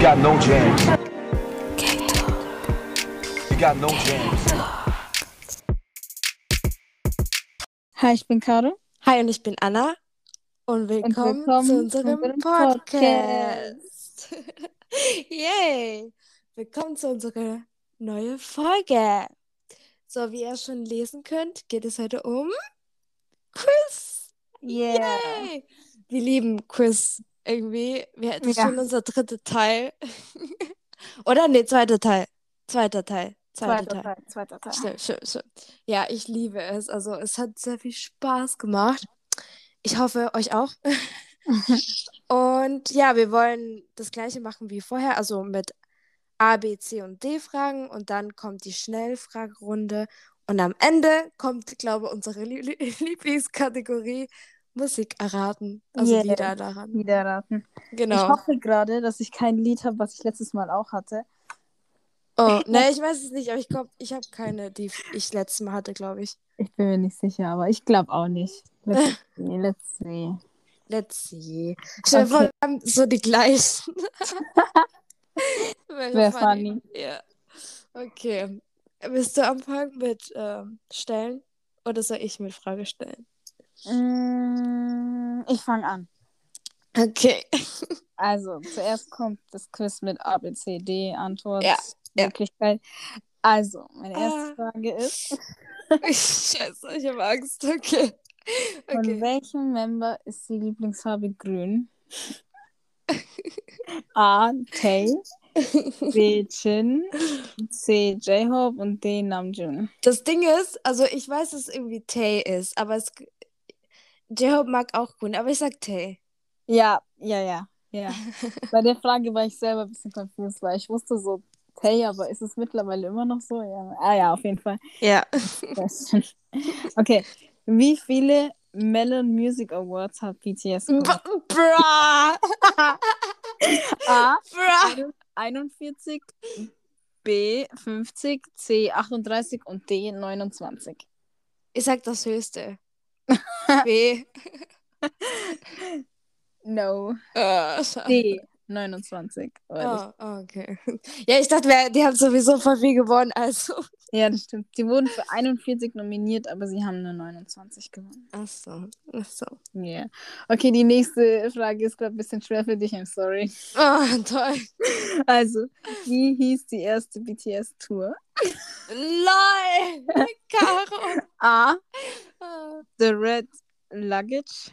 got no jams. You got no jams. Hi, ich bin Caro. Hi und ich bin Anna und willkommen, willkommen zu zu unserem unserem Podcast. Yay! Willkommen zu unserer neuen Folge. So, wie ihr schon lesen könnt, geht es heute um Quiz. Yeah. Yay! Wir lieben Quiz irgendwie. Wir hätten Ja. schon unser dritter Teil. Oder nee, zweiter Teil. Zweiter Teil. Zweiter, Teil. zweiter Teil. Stimmt, stimmt, stimmt. Ja, ich liebe es. Also, es hat sehr viel Spaß gemacht. Ich hoffe, euch auch. Und ja, wir wollen das gleiche machen wie vorher, also mit A, B, C und D Fragen und dann kommt die Schnellfragerunde und am Ende kommt, glaube ich, unsere Lie- Lieblingskategorie Musik erraten, also Yeah. Lieder erraten. Wieder raten. Ich Genau. hoffe gerade, dass ich kein Lied habe, was ich letztes Mal auch hatte. Oh, ne, ich weiß es nicht, aber ich glaube, ich habe keine, die ich letztes Mal hatte, glaube ich. Ich bin mir nicht sicher, aber ich glaube auch nicht. Let's see, let's see. Let's see. Stell dir vor, wir haben so die gleichen. Wäre Wäre funny. Ja. Okay. Willst du anfangen mit ähm, Stellen? Oder soll ich mit Frage stellen? Mm, Ich fange an. Okay. Also, zuerst kommt das Quiz mit A, B, C, D, Antwort, Ja, ja. Möglichkeit. Also, meine Ah. erste Frage ist, Scheiße, ich habe Angst. Okay. von Okay. welchem Member ist die Lieblingsfarbe grün? A, Tay, B, Jin, C, J-Hope und D, Namjoon. Das Ding ist, also ich weiß, dass es irgendwie Tay ist, aber es. J-Hope mag auch grün, aber ich sag Tay. Ja, ja, ja, ja. Bei der Frage war ich selber ein bisschen confused, weil ich wusste so, Tay, aber ist es mittlerweile immer noch so? Ja. Ah ja, auf jeden Fall. Ja. Question. Okay. Wie viele Melon Music Awards hat BTS gewonnen? Bra! A. Bra! 41, B. 50, C. 38 und D. 29. Ich sag das Höchste. B. No. Äh, schade. D. 29. oder? Oh, oh, okay. Ja, ich dachte, wir, die haben sowieso voll viel gewonnen, also. Ja, das stimmt. Sie wurden für 41 nominiert, aber sie haben nur 29 gewonnen. Ach so, ach so. Yeah. Okay, die nächste Frage ist gerade ein bisschen schwer für dich. I'm sorry. Oh, toll. Also, wie hieß die erste BTS-Tour? Lol! ah. Caro! A. The Red Luggage.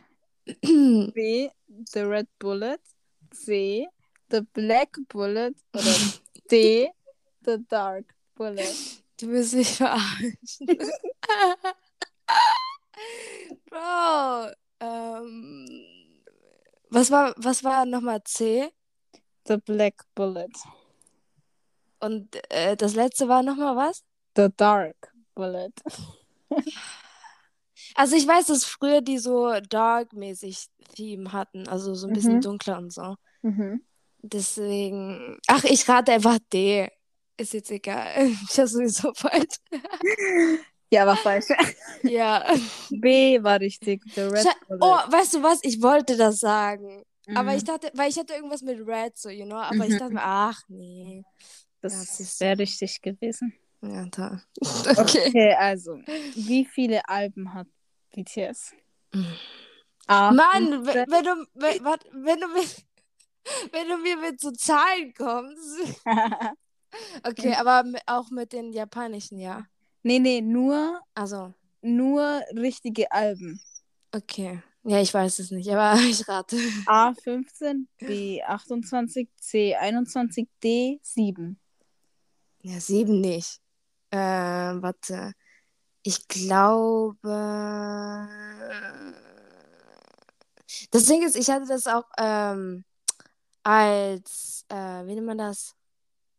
Äh, B. The Red Bullet. C. The Black Bullet. Oder D. The Dark Bullet. Du bist mich verarschen. Bro, ähm, was war, was war nochmal C? The Black Bullet. Und äh, das letzte war nochmal was? The Dark Bullet. Also ich weiß, dass früher die so dark-mäßig Theme hatten, also so ein bisschen Mhm. dunkler und so. Mhm. Deswegen, ach, ich rate einfach D. Ist jetzt egal. Ich habe sowieso falsch. Ja, war falsch. Ja. B war richtig. The Red Sche- Bullet. Oh, weißt du was? Ich wollte das sagen. Mhm. Aber ich dachte, weil ich hatte irgendwas mit Red, so, you know. Aber ich Mhm. dachte mir, ach, nee. Ja, Das siehst du. wäre richtig gewesen. Ja, toll. Okay. Okay, also, wie viele Alben hat BTS? Mhm. A. Mann, w- 15. wenn du, w- wat- wenn du, mit- wenn du mir mit so Zahlen kommst. Okay, aber mi- auch mit den japanischen, ja. nee, nee, nur, Also, nur richtige Alben. okay. Ja, ich weiß es nicht, aber ich rate. A15, B28, C21, D7. Ja, sieben nicht. Ähm, warte. Ich glaube. Das Ding ist, ich hatte das auch ähm, als, äh, wie nennt man das?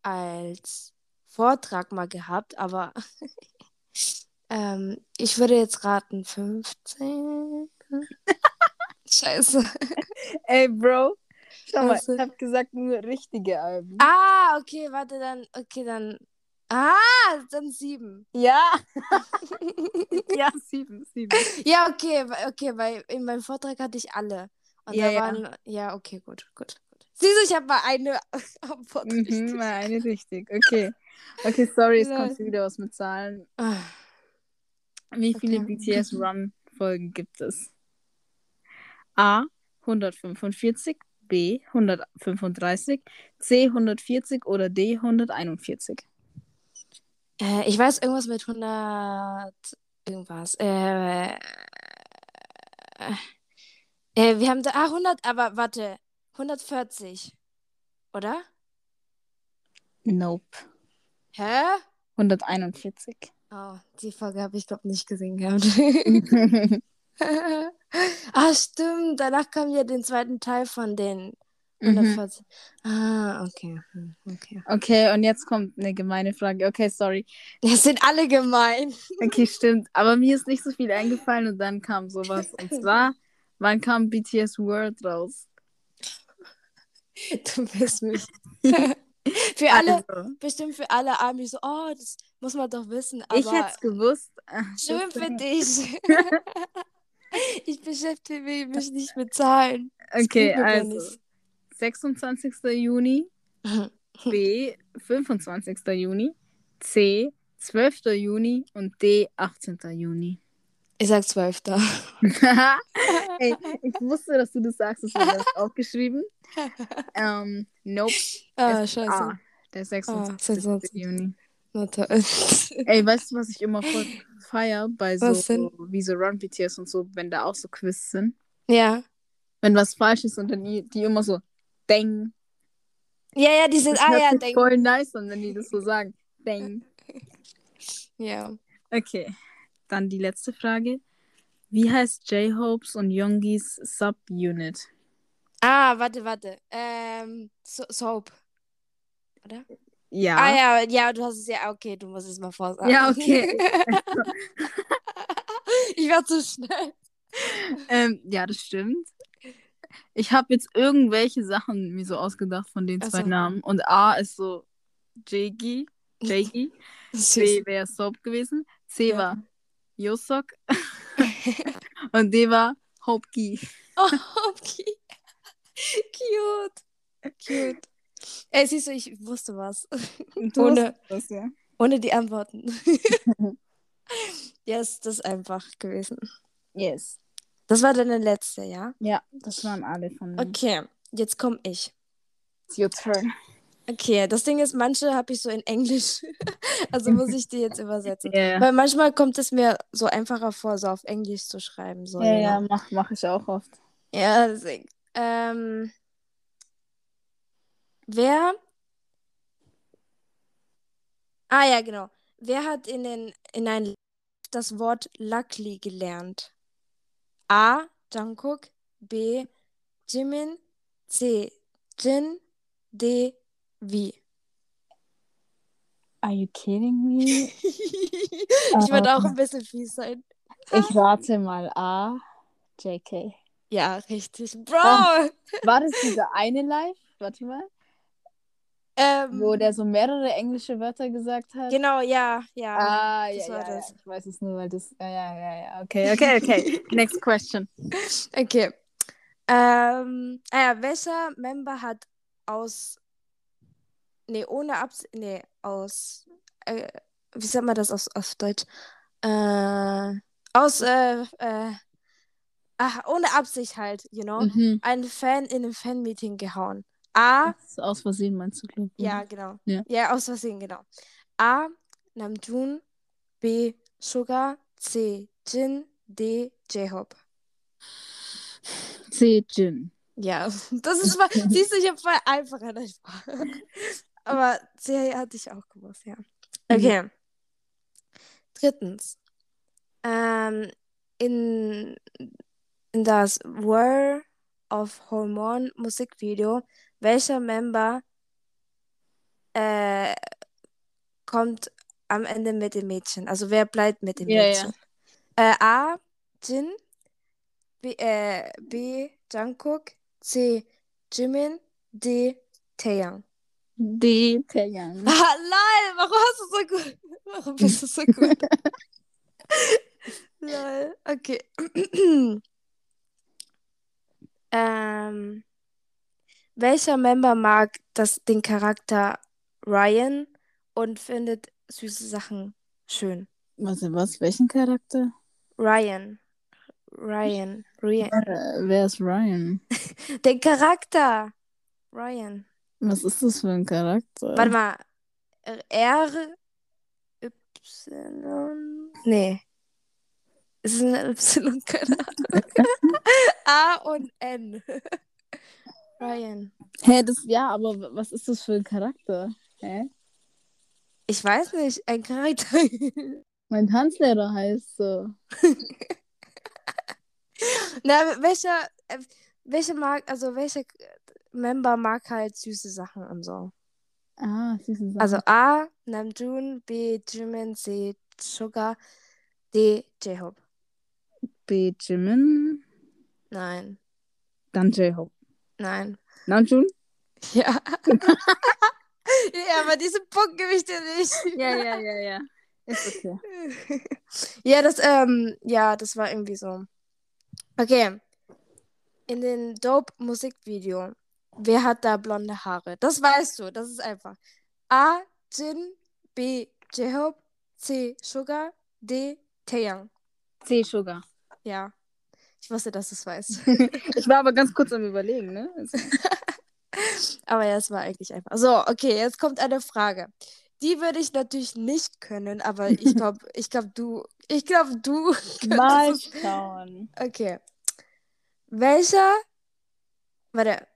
Als Vortrag mal gehabt, aber ähm, ich würde jetzt raten 15. Scheiße. Ey, Bro, schau mal, Also- ich hab gesagt, nur richtige Alben. Ah, okay, warte, dann, okay, dann. Ah, dann sieben. Ja! ja, sieben, sieben. Ja, okay, wa- okay, weil in meinem Vortrag hatte ich alle. Und Ja, da ja. waren, ja, okay, gut, gut, gut. Siehst du, ich habe mal eine Antwort Mhm, richtig. mal eine richtig. Okay. Okay, sorry, es Ja. kommt hier wieder was mit Zahlen. Ah, Wie viele Okay. BTS Run Folgen gibt es? A 145, B 135, C 140 oder D 141. Äh, ich weiß irgendwas mit 100 irgendwas. Äh, äh, wir haben da ah, 100, aber warte, 140, oder? Nope. Hä? 141. Oh, die Folge habe ich glaube nicht gesehen gehabt. mhm. ah, stimmt. Danach kam ja den zweiten Teil von den Mhm. 140. Ah, okay. Hm, okay. Okay, und jetzt kommt eine gemeine Frage. Okay, sorry. Das sind alle gemein. Okay, stimmt. Aber mir ist nicht so viel eingefallen und dann kam sowas. Und zwar, wann kam BTS World raus? Du bist mich. Für alle, Also, bestimmt für alle Army so, oh, das muss man doch wissen, ich genau. hätte aber es gewusst. schlimm für dich. ich beschäftige mich nicht mit Zahlen. Das Okay, geht mir gar also nicht. 26. Juni, B 25. Juni, C 12. Juni und D 18. Juni. Ich sag 12. Ey, ich wusste, dass du das sagst, deswegen habe ich aufgeschrieben. Ähm, nope. Ah, es ist scheiße. A, der 26. Ah, 26. Juni. Na toll. Ey, weißt du, was ich immer voll feier bei so, Was denn? wie so Run-BTS und so, wenn da auch so Quiz sind? ja. Wenn was falsch ist und dann die, die immer so, deng, Ja, ja, die sind, Das ah hört ja, sich denk, voll nice an, wenn die das so sagen. Bang. ja. Okay, dann die letzte Frage. Wie heißt J-Hopes und Youngis Subunit? Ah, warte, warte. Ähm, so Soap. Ja. Ah ja, ja, du hast es ja, okay, du musst es mal vorsagen. Ja, okay. ich war zu schnell. Ähm, ja, das stimmt. Ich habe jetzt irgendwelche Sachen mir so ausgedacht von den Ach zwei so. Namen. Und A ist so Jiggy, Jiggy. B wäre Soap gewesen. C Ja. war Yosok. und D war Hopki. Oh, okay. Cute. Cute. Ey, siehst du, ich wusste was. Ohne- das, ja. Ohne die Antworten. ja, ist das einfach gewesen. Yes. Das war deine letzte, ja? Ja, das waren alle von mir. Okay, jetzt komm ich. It's your turn. Okay, das Ding ist, manche habe ich so in Englisch. also muss ich die jetzt übersetzen. Ja, Weil manchmal kommt es mir so einfacher vor, so auf Englisch zu schreiben. So, ja, ja you know? mach, mach ich auch oft. Ja, deswegen. Ähm, wer? Ah ja, genau. Wer hat in den in ein das Wort luckily gelernt? A. Jungkook, B. Jimin, C. Jin, D. Wie? Are you kidding me? Ah. Ich würde auch ein bisschen fies sein. Ich rate mal A. JK. Ja, richtig. Bro! Ah. War das dieser eine Live? Warte mal. Ähm, Wo der so mehrere englische Wörter gesagt hat? genau, ja, ja. Ah, ja, das war ja, das. ja. Ich weiß es nur, weil das. Ja, ja, ja, ja. Okay, okay, okay. Next question. Okay. Ähm, ah ja, welcher Member hat aus. Nee, ohne Abs. Nee, aus. Äh, wie sagt man das aus, auf Deutsch? Äh, aus. Äh, äh, ach, ohne Absicht halt, you know? Mhm. Einen Fan in einem Fanmeeting gehauen. A. Das ist aus Versehen meinst du, glaube ich? Ja, genau. Ah. Ja. ja, aus Versehen, genau. A. Namjoon. B. Suga. C. Jin. D. J-Hope. C. Jin. Ja, das ist mal, siehst du, ich habe voll einfacher das war. Aber Serie hatte ich auch gewusst, Mhm. ja. Okay. Drittens. Ähm, in, in das War of Hormone Musikvideo, welcher Member äh, kommt am Ende mit dem Mädchen? Also wer bleibt mit dem Ja, ja. Mädchen? Äh, A. Jin. B, äh, B. Jungkook. C. Jimin. D. Taeyang. D. Taeyang. Ah, lol, warum hast du so gut? Warum bist du so gut? lol, okay. ähm, Welcher Member mag das, den Charakter Ryan und findet süße Sachen schön? Warte, was? Welchen Charakter? Ryan. Ryan. Ryan. Äh, wer ist Ryan? Den Charakter. Ryan. Was ist das für ein Charakter? Warte mal. R. Y. Nee. Es ist ein Y, keine Ahnung. A und N. Ryan. Hä, das, ja, aber w- was ist das für ein Charakter? Hä? Ich weiß nicht, ein Charakter. Mein Tanzlehrer heißt so. Na, welcher, äh, welcher mag, also welcher äh, Member mag halt süße Sachen und so. Ah, süße Sachen. Also A, Namjoon, B, Jimin, C, Sugar, D, J-Hope. B. Jimin, Nein, dann J-Hope. nein. Namjoon? Ja. ja, aber diese Punkt gebe ich dir nicht. Ja, ja, ja, ja. Ist okay. Ja, das, ähm, ja, das war irgendwie so. Okay. In dem Dope-Musikvideo. Wer hat da blonde Haare? Das weißt du, das ist einfach. A. Jin, B. J-Hope, C. Sugar, D. Taeyang. C. Sugar. Ja. Ich wusste, dass du es weißt. Ich war aber ganz kurz am Überlegen, ne? Also- Aber ja, es war eigentlich einfach. So, okay, jetzt kommt eine Frage. Die würde ich natürlich nicht können, aber ich glaube, ich glaube, du, ich glaube, du Mal könntest. schauen. es. Okay. Welcher, warte,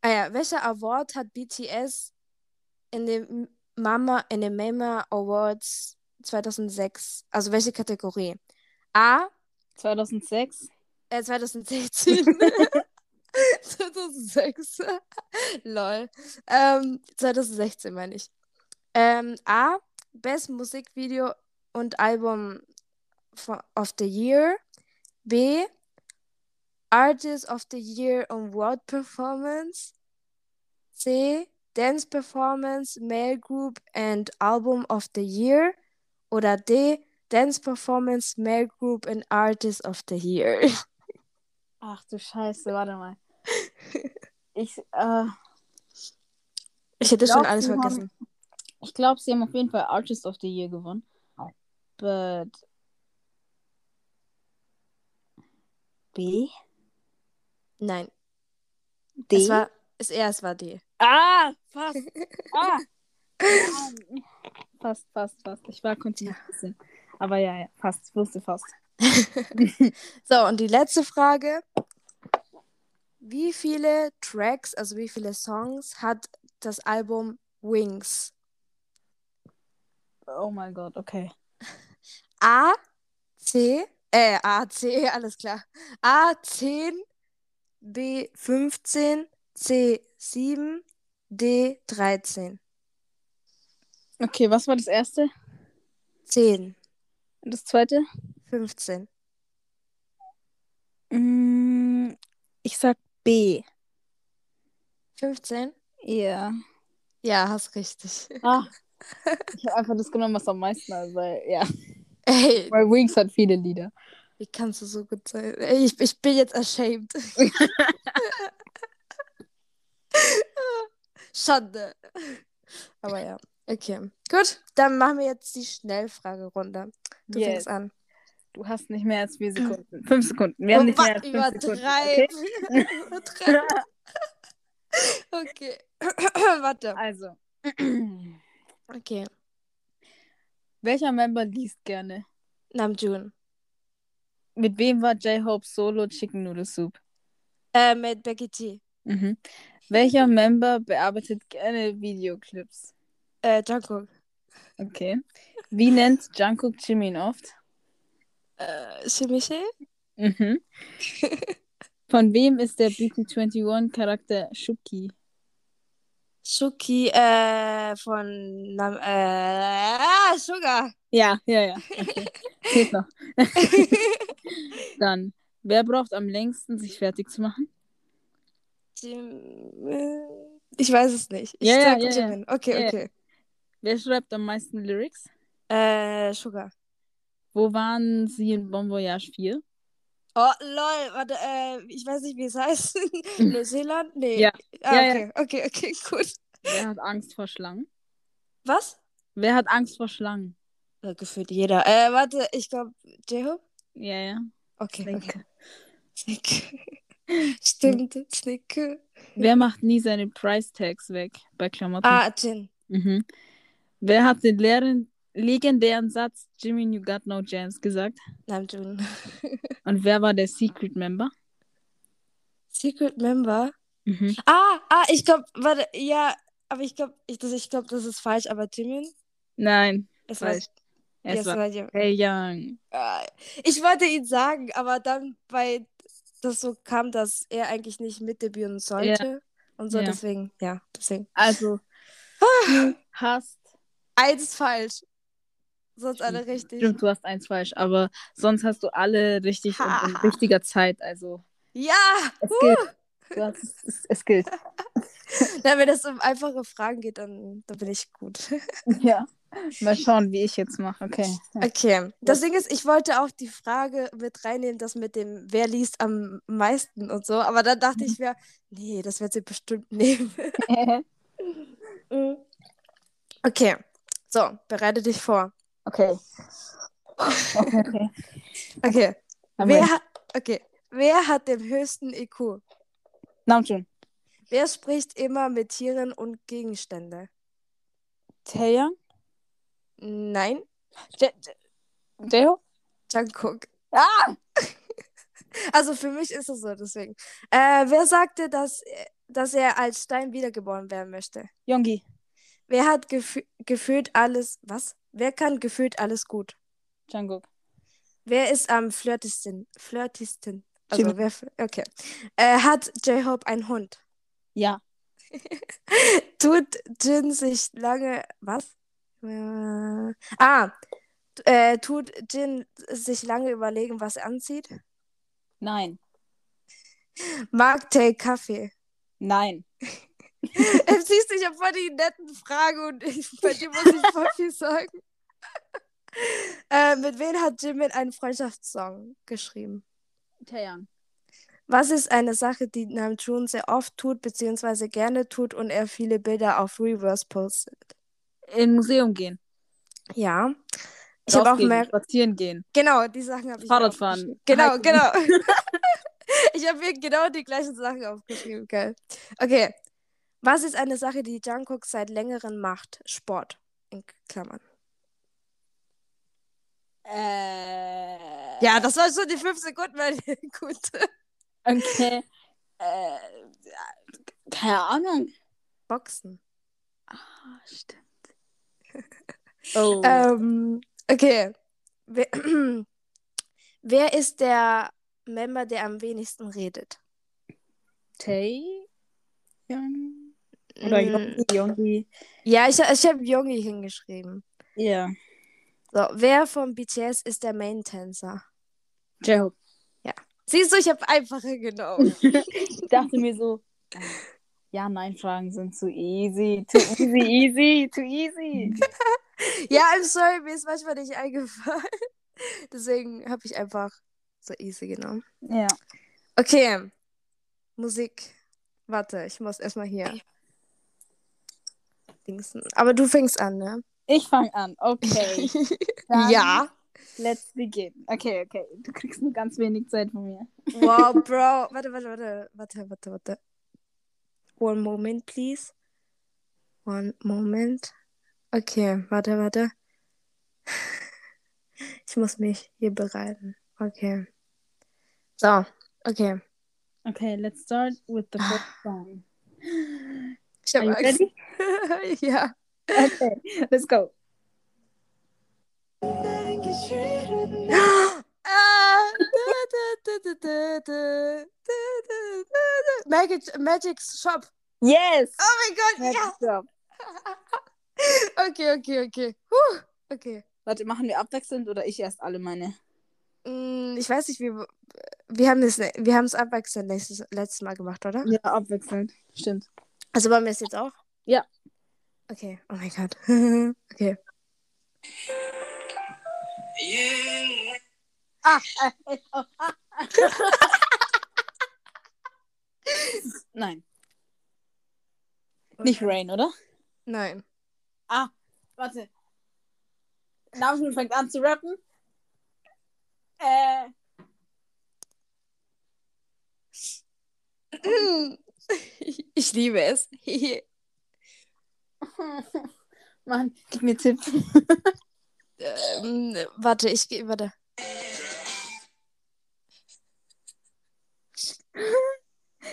ah ja, welcher Award hat BTS in dem Mama, in den Mama Awards 2006, also welche Kategorie? A, 2006. äh, 2016. 2006. Lol. Ähm, 2016 meine ich. Ähm, A. Best Musikvideo und Album fo- of the Year. B. Artist of the Year und World Performance. C. Dance Performance, Male Group and Album of the Year. Oder D. Dance Performance, Male Group and Artist of the Year. Ach du Scheiße, warte mal. Ich, äh, Ich hätte schon glaub, alles sie haben- vergessen. ich glaube, sie haben auf jeden Fall Artist of the Year gewonnen. But. B? Nein, D? es war es, ja, es war D. ah, fast. Ah. Ja. Fast, fast, fast. Ich war kontinuierlich ein bisschen. Aber ja, ja, fast. Ich wusste fast. So, und die letzte Frage. Wie viele Tracks, also wie viele Songs hat das Album Wings? Oh mein Gott, okay. A, C, äh, A, C, alles klar. A, 10, B, 15, C, 7, D, 13. Okay, was war das erste? 10, Und das zweite? 15. Mm, ich sag B. 15? Ja. Ja, hast richtig. Ah. Ich habe einfach das genommen, was am meisten hat, weil, ja. Ey, Weil Wings hat viele Lieder. Wie kannst du so gut sein? Ey, ich, ich bin jetzt ashamed. Schande. Aber ja, okay. Gut, dann machen wir jetzt die Schnellfragerunde. Du Yes. fängst an. Oh, Du hast nicht mehr als vier Sekunden. Fünf Sekunden. Wir haben nicht mehr als fünf Sekunden. Okay? übertreib. Übertreib. Okay. Warte. Also. Okay. Welcher Member liest gerne? Namjoon. Mit wem war J-Hope Solo Chicken Noodle Soup? Äh, mit Becky T. Mhm. Welcher Member bearbeitet gerne Videoclips? Äh, Jungkook. Okay. Wie nennt Jungkook Jimin oft? Äh, Shimichi? Mhm. Von wem ist der BT21-Charakter Shuki? Shuki, äh, von Nam äh, ah, Sugar. Ja, ja, ja. Okay. Geht noch. Dann, wer braucht am längsten, sich fertig zu machen? Jim, äh, ich weiß es nicht. Ich Ja, ja, sag ja, ja. Jimin. Okay, Ja, ja. okay. Wer schreibt am meisten Lyrics? Äh, Sugar. Wo waren sie in Bon Voyage 4? Oh, lol, warte, äh, ich weiß nicht, wie es heißt. Neuseeland? Nee. Ja. Ah, Ja, ja. okay. okay, okay, gut. Wer hat Angst vor Schlangen? Was? Wer hat Angst vor Schlangen? Ja, gefühlt jeder. Äh, warte, ich glaube, J-Hope? Ja, ja. Okay, okay. Denke. Snick. Stimmt, Snick. Wer macht nie seine Price Tags weg bei Klamotten? Ah, Jin. Mhm. Wer hat den leeren, legendären Satz Jimmy, you got no chance gesagt? Namjoon. Und wer war der Secret Member? Secret Member? Mhm. Ah, ah, ich glaube, warte, ja, aber ich glaube, ich, das, ich glaub, das ist falsch, aber Jimin? Nein, Es Falsch. War, es ja, es war war ja. Ray Young. Ah, Ich wollte ihn sagen, aber dann bei das so kam, dass er eigentlich nicht mitdebütieren sollte und so Ja. deswegen, ja, deswegen. Also, du hast. Eins falsch. Sonst alle Stimmt. richtig. Stimmt, du hast eins falsch, aber sonst hast du alle richtig Ha. und in richtiger Zeit. Also, Ja, es gilt. Du hast, es, es, es gilt. Na, wenn das um einfache Fragen geht, dann, dann bin ich gut. Ja. Mal schauen, wie ich jetzt mache. Okay. Ja. Okay. Das Ding ist, ich wollte auch die Frage mit reinnehmen, das mit dem, wer liest am meisten und so, aber dann dachte Mhm. ich mir, nee, das wird sie bestimmt nehmen. Mhm. Okay. So, bereite dich vor. Okay. Okay. okay. Okay. Haben Wer wir- hat, okay. Wer hat den höchsten IQ? Namjoon. Wer spricht immer mit Tieren und Gegenstände? Taeyang? Nein, J- J- Jeho? Jungkook. Ah! Also für mich ist es so, deswegen. Äh, wer sagte, dass, dass er als Stein wiedergeboren werden möchte? Yongi. Wer hat gefü gefühlt alles, was? Wer kann gefühlt alles gut? Jungkook. Wer ist am flirtesten? Flirtesten. Jimmy. Also wer, f- okay. Äh, hat J-Hope einen Hund? Ja. Tut Jin sich lange, was? Äh, ah, äh, tut Jin sich lange überlegen, was er anzieht? Nein. Mag Tay Kaffee? Nein. Ähm, siehst du, ich habe voll die netten Fragen und ich, bei dir muss ich voll viel sagen. Äh, mit wem hat Jimin einen Freundschaftssong geschrieben? Taeyang. Was ist eine Sache, die Namjoon sehr oft tut, beziehungsweise gerne tut und er viele Bilder auf Reverse postet? In Museum gehen. Ja. Ich habe auch Rausgehen, mehr. Spazieren gehen. Genau, die Sachen habe ich. mir Fahrradfahren. aufgeschrieben. Genau, Hiken. genau. ich habe mir genau die gleichen Sachen aufgeschrieben, geil. Okay. Was ist eine Sache, die Jungkook seit längerem macht? Sport. In Klammern. Äh. genau. Ja, das war schon die fünf Sekunden, meine Gute. Okay. Äh. Keine Ahnung. Boxen. Ah, stimmt. Oh. Ähm, okay. Wer, wer ist der Member, der am wenigsten redet? Taeyang? Oder Mm, Yongi. Yongi. Ja, ich, ich habe Jungi hingeschrieben. Ja. So, wer von BTS ist der Main-Tänzer? J-Hope. Siehst du, ich habe einfache genommen. Ich dachte mir so, äh, Ja-Nein-Fragen sind zu easy. Too easy, easy, too easy. ja, I'm sorry, mir ist manchmal nicht eingefallen. Deswegen habe ich einfach so easy genommen. Ja. Okay. Musik. Warte, ich muss erstmal hier. Dingsen. Aber du fängst an, ne? Ich fange an. Okay. Dann Ja. Let's begin. Okay, okay. Du kriegst nur ganz wenig Zeit von mir. Wow, Bro. Warte, warte, warte. Warte, warte, warte. One moment, please. One moment. Okay, warte, warte. Ich muss mich hier bereiten. Okay. So, okay. Okay, let's start with the Ah. first song. Ich hab Are you Angst. ja. Okay, let's go. Ah, da, da, da, da, da, da, da, da. Magic, Magic Shop. Yes! Oh mein Gott, Let's ja. go. Okay, okay, okay. Huh, okay. Warte, machen wir abwechselnd oder ich erst alle meine? Mm, Ich weiß nicht, wie wir haben es wir haben es abwechselnd letztes, letztes Mal gemacht, oder? Ja, abwechselnd. Stimmt. Also bei mir ist jetzt auch? Ja. Okay, oh mein Gott. okay. Yeah. Ah, Nein. Nicht Rain, oder? Nein. Ah, warte. Namensmut fängt an zu rappen. Äh, Ich liebe es. Mann, gib mir Tipp. ähm, warte, ich gehe. Warte.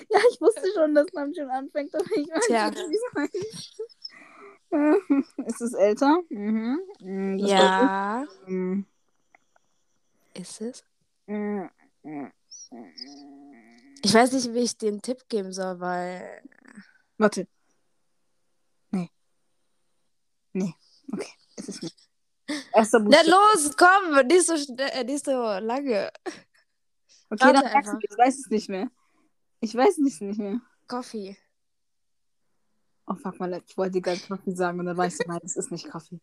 Ja, ich wusste schon, dass man schon anfängt, aber ich weiß Tja. nicht, wie es heißt. Ist es älter? Mhm. Mhm, das weiß Ja. ich. Mhm. Ist es? Mhm. Mhm. Ich weiß nicht, wie ich den Tipp geben soll, weil. Warte. Nee. Nee. Okay. Es ist nicht. Erster Na Buchstabe. los, komm! Nicht so, schnell, äh, nicht so lange. Okay, dann warte sagst du, einfach. ich weiß es nicht mehr. Ich weiß es nicht mehr. Coffee. Oh, fuck mal, ich wollte gerade Kaffee sagen und dann weißt du, nein, das ist nicht Kaffee.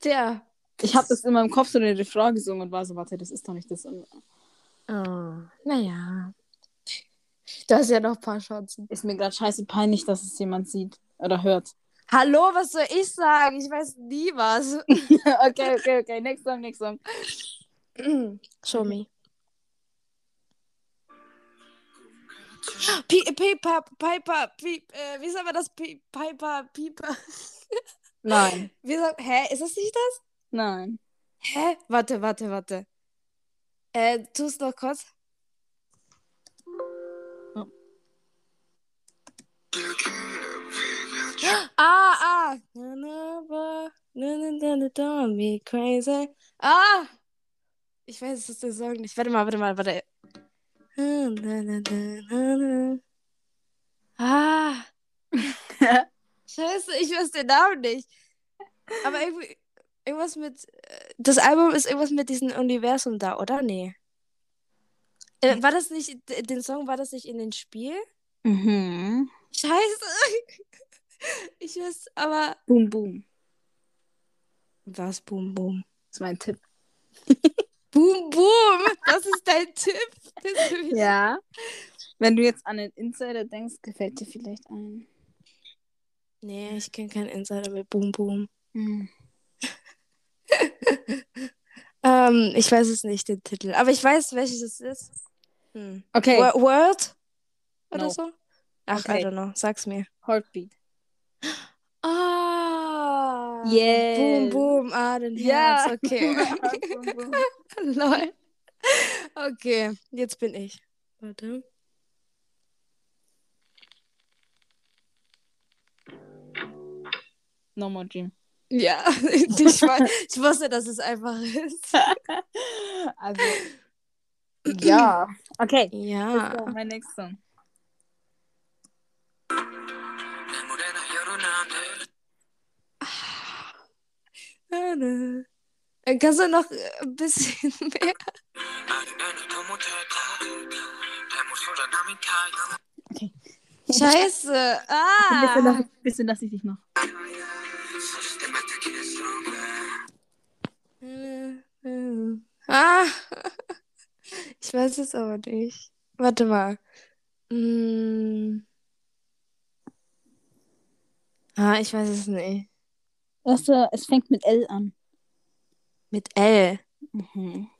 Tja. Ich habe das in meinem Kopf so eine Refrain gesungen und war so, warte, das ist doch nicht das. Oh, naja. Du hast ja noch ein paar Chancen. Ist mir gerade scheiße peinlich, dass es jemand sieht oder hört. Hallo, was soll ich sagen? Ich weiß nie was. okay, okay, okay. Next song, next song. Show me. Pi Piper, Piper, Piep, äh, wie sagt man das? Pi Piper, Piper. Nein. Wie sagt, hä, ist das nicht das? Nein. Hä? Warte, warte, warte. Äh, tu's noch kurz. Oh. Ah, ah. Na, na, ba, na, na, na, na, don't be crazy. Ah! Ich weiß, es ist der Song nicht. Warte mal, warte mal, warte. Na, na, na, na, na, na. Ah! Scheiße, ich weiß den Namen nicht. Aber irgendwie, irgendwas mit. äh, Das Album ist irgendwas mit diesem Universum da, oder? Nee. Äh, war das nicht. d- Den Song war das nicht in dem Spiel? Mhm. Scheiße! Ich weiß, aber. Boom, boom. Was? Boom, boom. Das ist mein Tipp. Boom, boom! Das ist dein Tipp. Das ist ja. Ja. Wenn du jetzt an den Insider denkst, gefällt dir vielleicht ein. Nee, ich kenne keinen Insider mit Boom, boom. Mhm. Ähm, ich weiß es nicht, den Titel. Aber ich weiß, welches es ist. Hm. Okay. Wo- World? Oder No. so? Ach, Okay. I don't know. Sag's mir. Heartbeat. Ah. Yes. Boom, boom. Ah, den Ja. Herz. Okay. boom, boom. Lol. Okay, jetzt bin ich. Warte. No more dream. Ja, ich, war, ich wusste, dass es einfach ist. Also. Ja. Okay. Ja. So, mein next song. Äh, Kannst du noch äh, ein bisschen mehr? Scheiße. Bisschen, Ah. lass, bisschen lass ich dich noch. Ah. Ich weiß es aber nicht. Warte mal. Mm. Ah, ich weiß es nicht. Weißt du, es fängt mit L an. Mit L. Mhm.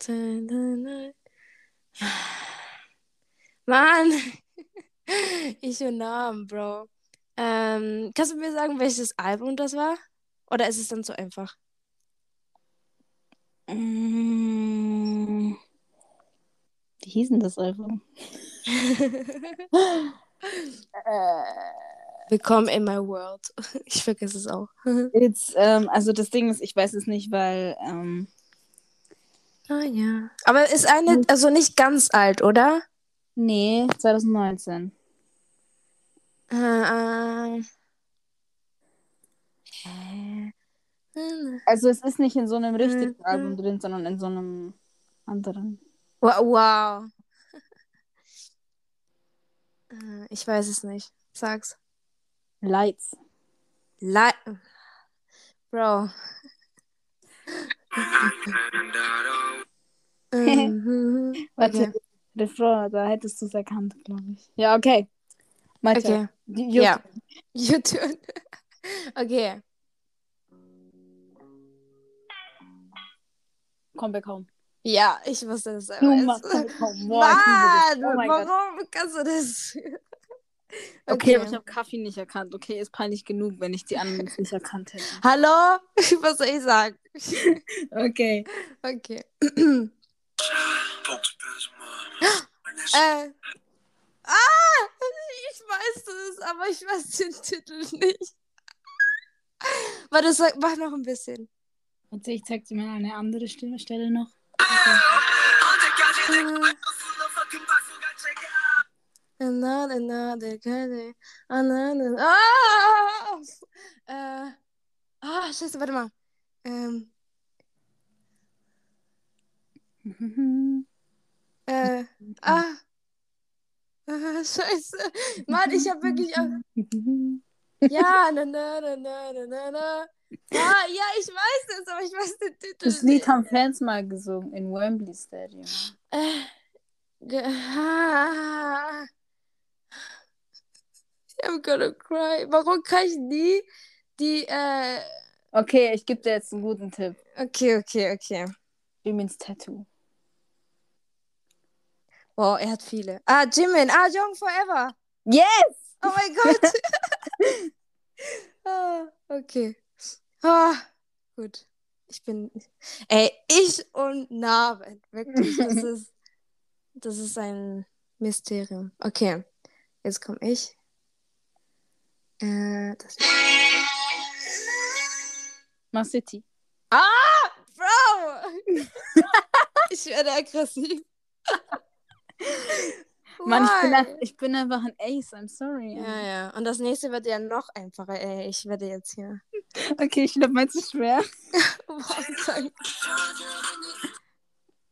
Mann. Ich und Namen, Bro. Ähm, kannst du mir sagen, welches Album das war? Oder ist es dann so einfach? Mm. Wie hieß denn das Album? Äh. Willkommen in my world. Ich vergesse es auch. Jetzt, ähm, also das Ding ist, ich weiß es nicht, weil ähm, Ah ja. Aber ist eine, also nicht ganz alt, oder? nee, 2019. Äh, äh. Hä? Hm. Also es ist nicht in so einem richtigen Mhm. Album drin, sondern in so einem anderen. Wa- Wow. Äh, Ich weiß es nicht. Sag's. Lights. Li Bro. Mhm. Warte, Okay. Refrain, da hättest du es erkannt, glaube ich. Ja, okay. Mathe. Okay. Die- Jut- Ja. Your turn. Okay. Komm, bekomm. Ja, ich wusste das Du selber. machst komm, bekomm. Boah, ich liebe Mann, dich. oh mein Gott. warum kannst du das? Okay, aber ich habe Kaffee nicht erkannt. Okay, ist peinlich genug, wenn ich die anderen jetzt nicht erkannt hätte. Hallo? Was soll ich sagen? Okay. Okay. Talks best, man. Äh. Ah! Ich weiß es, aber ich weiß den Titel nicht. Warte, sag, mach noch ein bisschen. Warte, ich zeig dir mal eine andere Stimme, Stelle noch. Another, another, another, another. Ah! Äh. Ah, scheiße, warte mal. Ähm, äh, ah. Ah, scheiße. Mann, ich hab wirklich. auch- Ja, na, na, na, na, na, na, na. Ah, ja, ich weiß es, aber ich weiß den Titel Das Lied haben Fans mal gesungen in Wembley Stadium. Äh, ge- ah. I'm gonna cry. Warum kann ich nie die, äh, Okay, ich gebe dir jetzt einen guten Tipp. okay, okay, okay. Jimmins Tattoo. Wow, er hat viele. Ah, Jimin. Ah, Jung Forever. Yes! Oh mein Gott. ah, okay. Ah, gut. Ich bin, ey, ich und Narben. Wirklich, das ist, das ist ein Mysterium. Okay, jetzt komme ich. Äh, das Mach City. Bro! ich werde aggressiv. Mann, ich bin, Why? einfach, ich bin einfach ein Ace, I'm sorry. Ja, ja. Und das nächste wird ja noch einfacher. Ey, ich werde jetzt hier. Okay, ich glaube, meins ist schwer.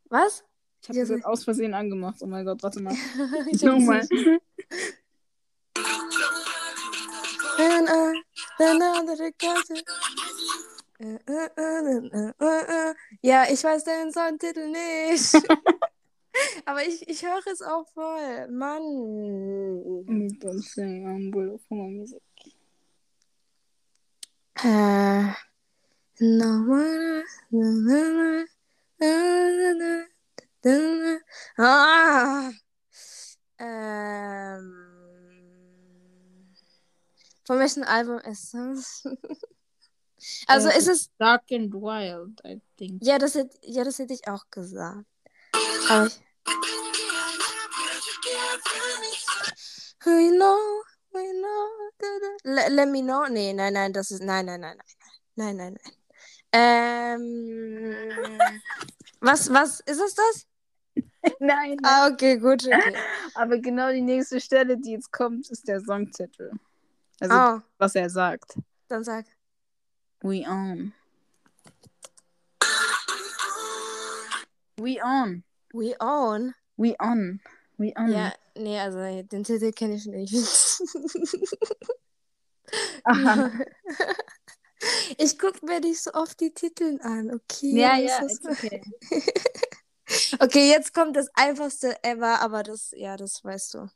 Was? Ich habe Ja, das jetzt aus Versehen angemacht. Oh mein Gott, warte mal. Ich hab Nochmal. das nicht- Ja, ich weiß deinen Songtitel nicht. Aber ich, ich höre es auch voll. Mann. Mm, don't sing, I'm Bull of Hunger Music. Äh, nochmal. Ah. Ähm. Von welchem Album ist das? also Äh, ist es. Dark and Wild, I think. Ja, das hätte, ja, das hätte ich auch gesagt. Aber ich. We know, we know. Da, da. Le, let me know. Nee, nein, nein, das ist. Nein, nein, nein, nein, nein, nein, nein. Ähm. Was, was, ist es das? Nein, Ah, okay, gut, okay. aber genau die nächste Stelle, die jetzt kommt, ist der Songtitel. Also, Oh, was er sagt. dann sag. We on. We on. We own. We on. We on. Ja, nee, also den Titel kenne ich nicht. Aha. ich gucke mir nicht so oft die Titel an, okay? Ja, Das ja, it's ist- okay. Okay, jetzt kommt das einfachste ever, aber das, ja, das weißt du. Mann,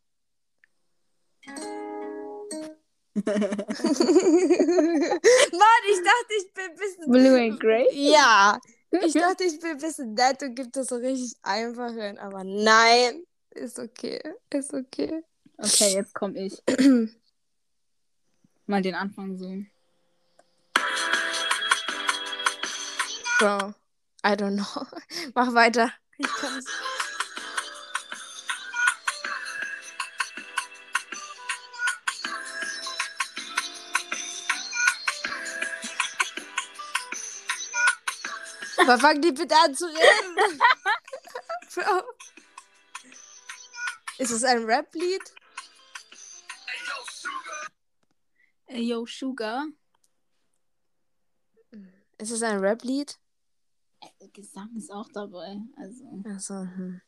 ich dachte, ich bin ein bisschen. Blue and Grey? Ja, ich dachte, ich bin ein bisschen nett und gebe das so richtig einfach hin, aber nein, ist okay, ist okay. Okay, jetzt komm ich. Mal den Anfang so. Bro, I don't know. Mach weiter. Ich kann's. Aber fang die bitte an zu reden. Bro. Ist es ein Rap-Lied? Ey, yo, Sugar. Ist es ein Rap-Lied? Gesang ist auch dabei. Also. Achso. Hm.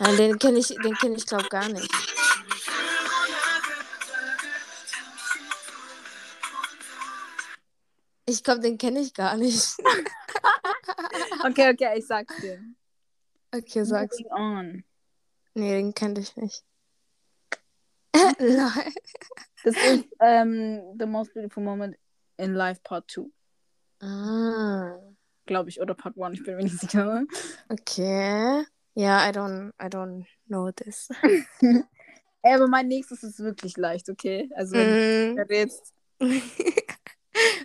Nein, den kenne ich, den kenne ich glaube gar nicht. Ich glaube, den kenne ich gar nicht. Okay, okay, ich sag's dir. Okay, sag's. Moving on. Nee, den kannte ich nicht. Lol. Das ist ähm, The Most Beautiful Moment in Life Part 2, ah. glaube ich, oder Part 1, ich bin mir nicht sicher. Okay. Ja, I don't, I don't know this. Ey, aber mein nächstes ist wirklich leicht, okay? Also, wenn Mm. du jetzt.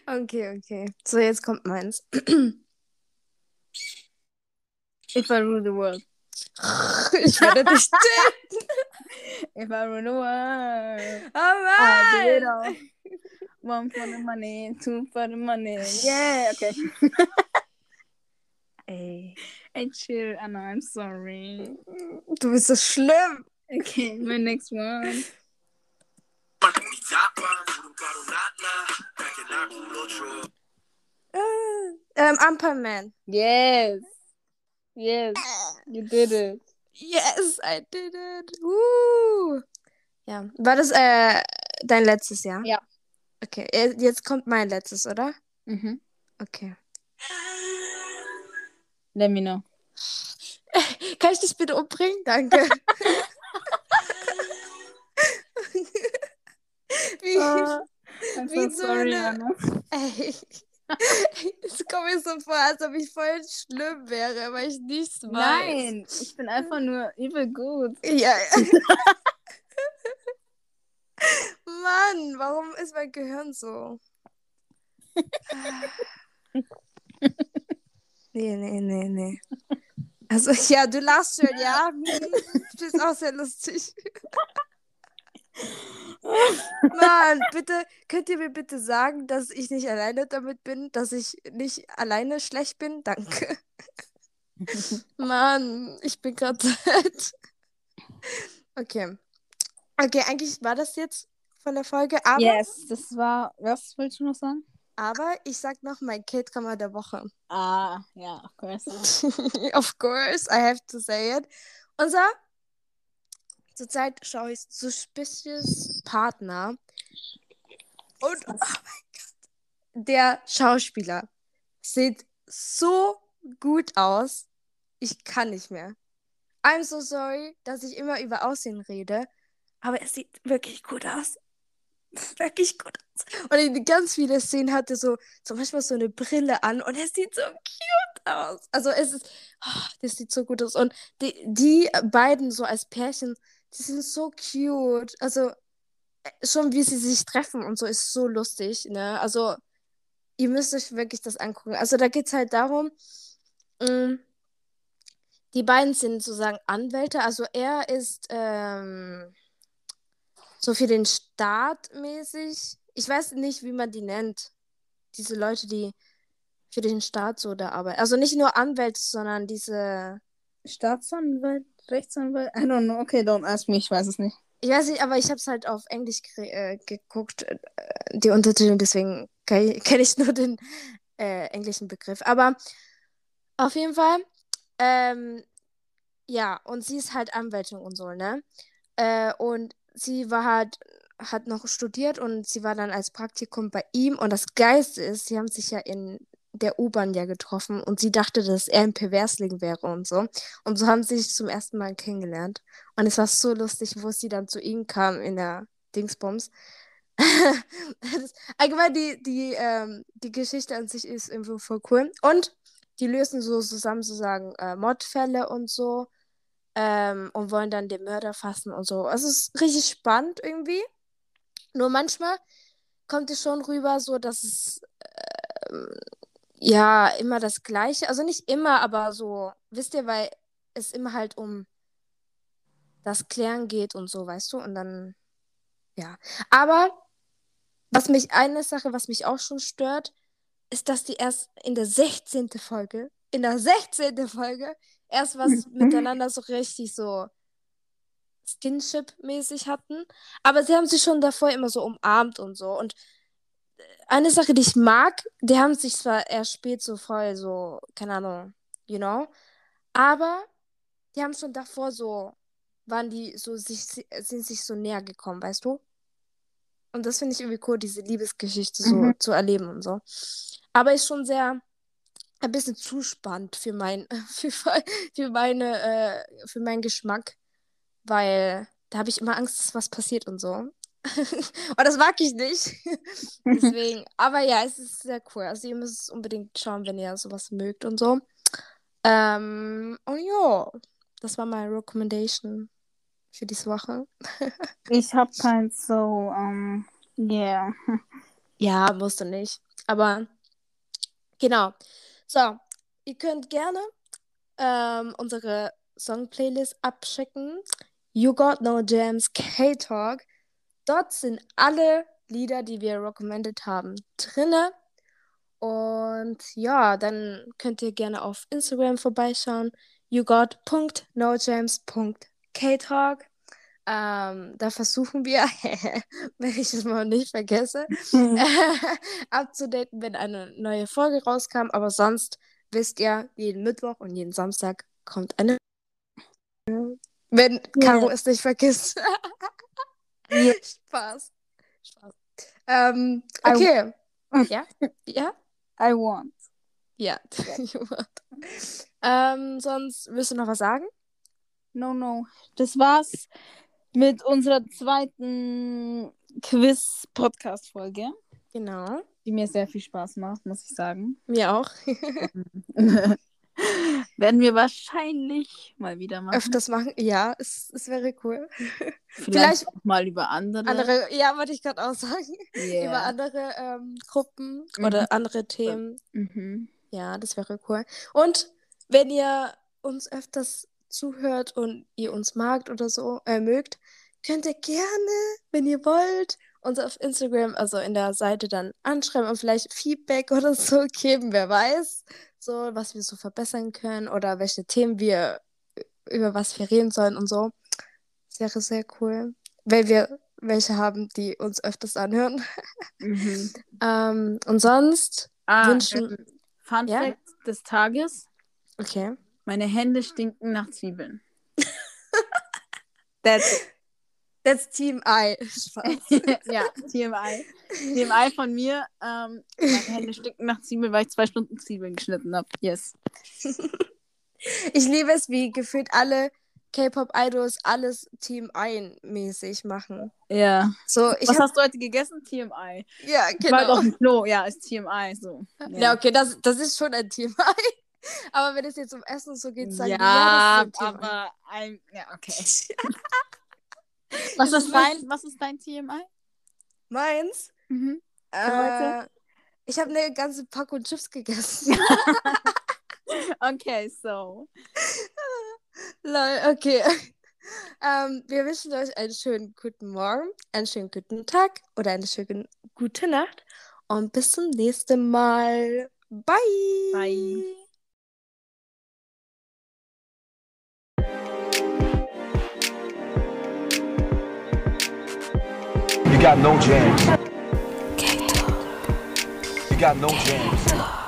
okay, okay. So, jetzt kommt meins. If I rule the world. ich werde dich still. If I rule the world. Oh Mann! I'll do it all. One for the money, two for the money. Yeah, okay. Ey. Hey, chill, Anna, I'm sorry. Du bist so schlimm. Okay, my next one. Ah. Ähm, Amperman. Yes. Yes, you did it. Yes, I did it. Woo. Uh. Ja. War das äh, dein letztes Jahr? Ja. Okay, je- jetzt kommt mein letztes, oder? Mhm. Okay. Let me know. Kann ich dich bitte umbringen? Danke. Wie, I'm Wie so so sorry, eine- Anna. ey, es kommt mir so vor, als ob ich voll schlimm wäre, weil ich nichts weiß. Nein, ich bin einfach nur übel gut. Ja. ja. Mann, warum ist mein Gehirn so? nee, nee, nee, nee. Also, ja, du lachst schon, ja. Hm, Du bist auch sehr lustig. Mann, bitte, könnt ihr mir bitte sagen, dass ich nicht alleine damit bin, dass ich nicht alleine schlecht bin? Danke. Mann, ich bin gerade sad. Okay. Okay, eigentlich war das jetzt von der Folge, aber, Yes, das war. Was willst du noch sagen? aber ich sag noch mein K-Drama der Woche. Ah, ja, of course. of course, I have to say it. Unser zurzeit schaue ich Suspicious Partner. Und oh mein Gott, der Schauspieler sieht so gut aus. Ich kann nicht mehr. I'm so sorry, dass ich immer über Aussehen rede, aber es sieht wirklich gut aus. Wirklich gut aus. Und in ganz vielen Szenen hat er so zum Beispiel so eine Brille an und er sieht so aus. Also es ist, ah, das sieht so gut aus. Und die, die beiden so als Pärchen, die sind so cute. Also äh, schon wie sie sich treffen und so ist so lustig, ne? Also ihr müsst euch wirklich das angucken. Also da geht es halt darum, ähm, die beiden sind sozusagen Anwälte. Also er ist ähm, so für den Staat mäßig. Ich weiß nicht, wie man die nennt. Diese Leute, die für den Staat so da arbeiten. Also nicht nur Anwälte, sondern diese. Staatsanwalt, Rechtsanwalt? I don't know. Okay, don't ask me, ich weiß es nicht. Ich weiß nicht, aber ich habe es halt auf Englisch ge- äh, geguckt, äh, die Untertitel, deswegen kenne ich nur den äh, englischen Begriff. Aber auf jeden Fall, ähm, ja, und sie ist halt Anwältin und so, ne? Äh, und sie war halt, hat noch studiert und sie war dann als Praktikum bei ihm. Und das Geilste ist, sie haben sich ja in der U-Bahn ja getroffen und sie dachte, dass er ein Perversling wäre und so. Und so haben sie sich zum ersten Mal kennengelernt. Und es war so lustig, wo sie dann zu ihm kam in der Dingsbums. das, allgemein, die, die, ähm, die Geschichte an sich ist irgendwo voll cool. Und die lösen so zusammen sozusagen äh, Mordfälle und so ähm, und wollen dann den Mörder fassen und so. Also Es ist richtig spannend irgendwie. Nur manchmal kommt es schon rüber, so dass es ähm, ja immer das Gleiche, also nicht immer, aber so, wisst ihr, weil es immer halt um das Klären geht und so, weißt du? Und dann, ja. Aber was mich, eine Sache, was mich auch schon stört, ist, dass die erst in der 16. Folge, in der 16. Folge, erst was miteinander so richtig so Skinship-mäßig hatten. Aber sie haben sich schon davor immer so umarmt und so. Und äh, eine Sache, die ich mag, die haben sich zwar erst spät so voll so, keine Ahnung, you know, aber die haben schon davor so, waren die so, sich, sind sich so näher gekommen, weißt du? Und das finde ich irgendwie cool, diese Liebesgeschichte so Mhm. zu erleben und so. Aber ist schon sehr ein bisschen zu spannend für mein, für, für meine, äh, für meinen Geschmack. Weil da habe ich immer Angst, dass was passiert und so. und das mag ich nicht. Deswegen, aber ja, es ist sehr cool. Also ihr müsst es unbedingt schauen, wenn ihr sowas mögt und so. Ähm, und ja, das war meine Recommendation für diese Woche. Ich hab keins, so, ähm, yeah. Ja, musste nicht. Aber genau. So, ihr könnt gerne ähm, unsere Song-Playlist abschicken. You Got No Jams K-Talk. Dort sind alle Lieder, die wir recommended haben, drinne. Und ja, dann könnt ihr gerne auf Instagram vorbeischauen. YouGot.NoJams.KTalk. Ähm, da versuchen wir, wenn ich es mal nicht vergesse, abzudaten, wenn eine neue Folge rauskam. Aber sonst wisst ihr, jeden Mittwoch und jeden Samstag kommt eine. Wenn Caro es nicht vergisst. Spaß. Spaß. Ähm, I- okay. Ja? Ja? I want. Ja. ähm, sonst willst du noch was sagen? No, no. Das war's mit unserer zweiten Quiz-Podcast-Folge, Genau. die mir sehr viel Spaß macht, muss ich sagen. Mir auch. Werden wir wahrscheinlich mal wieder machen. Öfters machen. Ja, es, es wäre cool. Vielleicht, auch mal über andere. Andere, ja, wollte ich gerade auch sagen. Yeah. Über andere ähm, Gruppen Mhm. oder andere Themen. Mhm. Ja, das wäre cool. Und wenn ihr uns öfters zuhört und ihr uns magt oder so, äh, mögt, könnt ihr gerne, wenn ihr wollt, uns auf Instagram, also in der Seite dann anschreiben und vielleicht Feedback oder so geben, wer weiß, so was wir so verbessern können oder welche Themen wir, über was wir reden sollen und so. Das wäre sehr cool, wenn wir welche haben, die uns öfters anhören. Mhm. Ähm, und sonst, Ah, Wünschen- ähm, Fun Ja? Fact des Tages: okay. Meine Hände stinken nach Zwiebeln. That's That's Team I. Spaß. ja, TMI. TMI von mir. Ähm, meine Hände stinken nach Zwiebeln, weil ich zwei Stunden Zwiebeln geschnitten habe. Yes. Ich liebe es, wie gefühlt alle K-Pop-Idols alles Team I-mäßig machen. Ja. So, ich Was hab, hast du heute gegessen? TMI. ja, Ich war halt genau. auf dem Klo. Ja, ist TMI so. Ja, okay, das, das ist schon ein Team I. Aber wenn es jetzt um Essen und so geht, sagen wir, ja, das ist ein Team I. aber ein, ja, okay. Was Das ist ist- dein, was ist dein TMI? Meins? Mhm. Äh, Leute? ich habe eine ganze Packung Chips gegessen. Okay, so. Lol, okay. Ähm, wir wünschen euch einen schönen guten Morgen, einen schönen guten Tag oder eine schöne gute Nacht. Und bis zum nächsten Mal. Bye. Bye. You got no jams. You got no jams.